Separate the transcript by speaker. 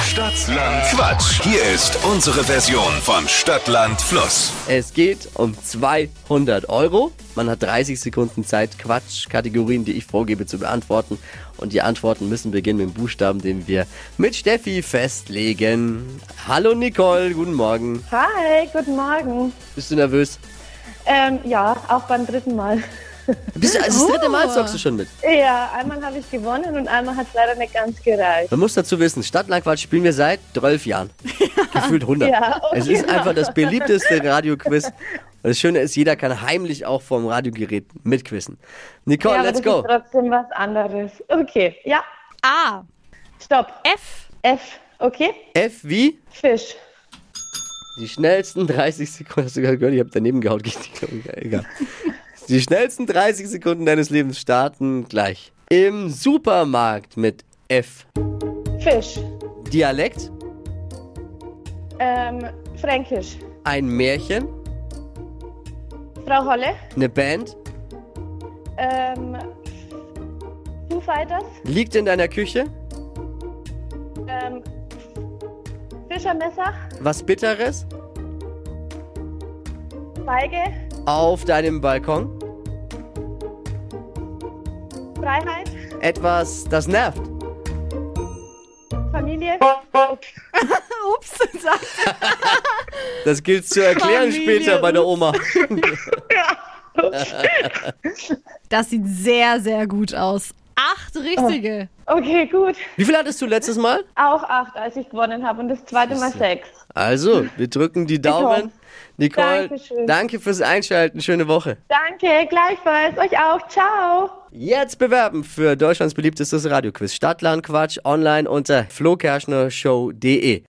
Speaker 1: Stadtland Quatsch. Hier ist unsere Version von Stadtland Fluss.
Speaker 2: Es geht um 200 Euro. Man hat 30 Sekunden Zeit, Quatschkategorien, die ich vorgebe, zu beantworten. Und die Antworten müssen beginnen mit dem Buchstaben, den wir mit Steffi festlegen. Hallo Nicole, guten Morgen.
Speaker 3: Hi, guten Morgen.
Speaker 2: Bist du nervös?
Speaker 3: Ähm, ja, auch beim dritten Mal.
Speaker 2: Bist du, also das dritte
Speaker 4: Oh.
Speaker 2: Mal zockst du schon mit.
Speaker 3: Ja, einmal habe ich gewonnen und einmal hat es leider nicht ganz gereicht.
Speaker 2: Man muss dazu wissen, Stadtlandquatsch spielen wir seit 12 Jahren. Gefühlt 100.
Speaker 3: Ja, oh,
Speaker 2: es ist
Speaker 3: genau.
Speaker 2: einfach das beliebteste Radioquiz. Und das Schöne ist, jeder kann heimlich auch vom Radiogerät mitquissen. Nicole,
Speaker 3: ja, aber
Speaker 2: let's
Speaker 3: das
Speaker 2: go.
Speaker 3: ist trotzdem was anderes. Okay, ja,
Speaker 4: A.
Speaker 3: stopp.
Speaker 4: F.
Speaker 3: F, okay?
Speaker 2: F wie?
Speaker 3: Fisch.
Speaker 2: Die schnellsten 30 Sekunden, hast du gerade gehört, ich habe daneben gehauen gegen die Glocke. um, Egal. Die schnellsten 30 Sekunden deines Lebens starten gleich. Im Supermarkt mit F.
Speaker 3: Fisch.
Speaker 2: Dialekt,
Speaker 3: Ähm, Fränkisch.
Speaker 2: ein Märchen,
Speaker 3: Frau Holle.
Speaker 2: eine Band,
Speaker 3: Ähm, Foo Fighters.
Speaker 2: liegt in deiner Küche,
Speaker 3: Ähm, Fischermesser.
Speaker 2: was Bitteres,
Speaker 3: Feige.
Speaker 2: auf deinem Balkon,
Speaker 3: Freiheit.
Speaker 2: etwas, das nervt.
Speaker 3: Familie.
Speaker 4: Ups, sag
Speaker 2: Das gilt zu erklären
Speaker 4: Familie,
Speaker 2: später bei der Oma.
Speaker 4: Das sieht sehr, sehr gut aus. Acht richtige.
Speaker 3: Okay, gut.
Speaker 2: Wie viel hattest du letztes Mal?
Speaker 3: Auch acht, als ich gewonnen habe. Und das zweite Mal sechs.
Speaker 2: Also, wir drücken die Daumen. Nicole,
Speaker 3: Dankeschön.
Speaker 2: danke fürs Einschalten. Schöne Woche.
Speaker 3: Danke, gleichfalls. Euch auch. Ciao.
Speaker 2: Jetzt bewerben für Deutschlands beliebtestes Radioquiz Stadtlandquatsch online unter flokerschnershow.de.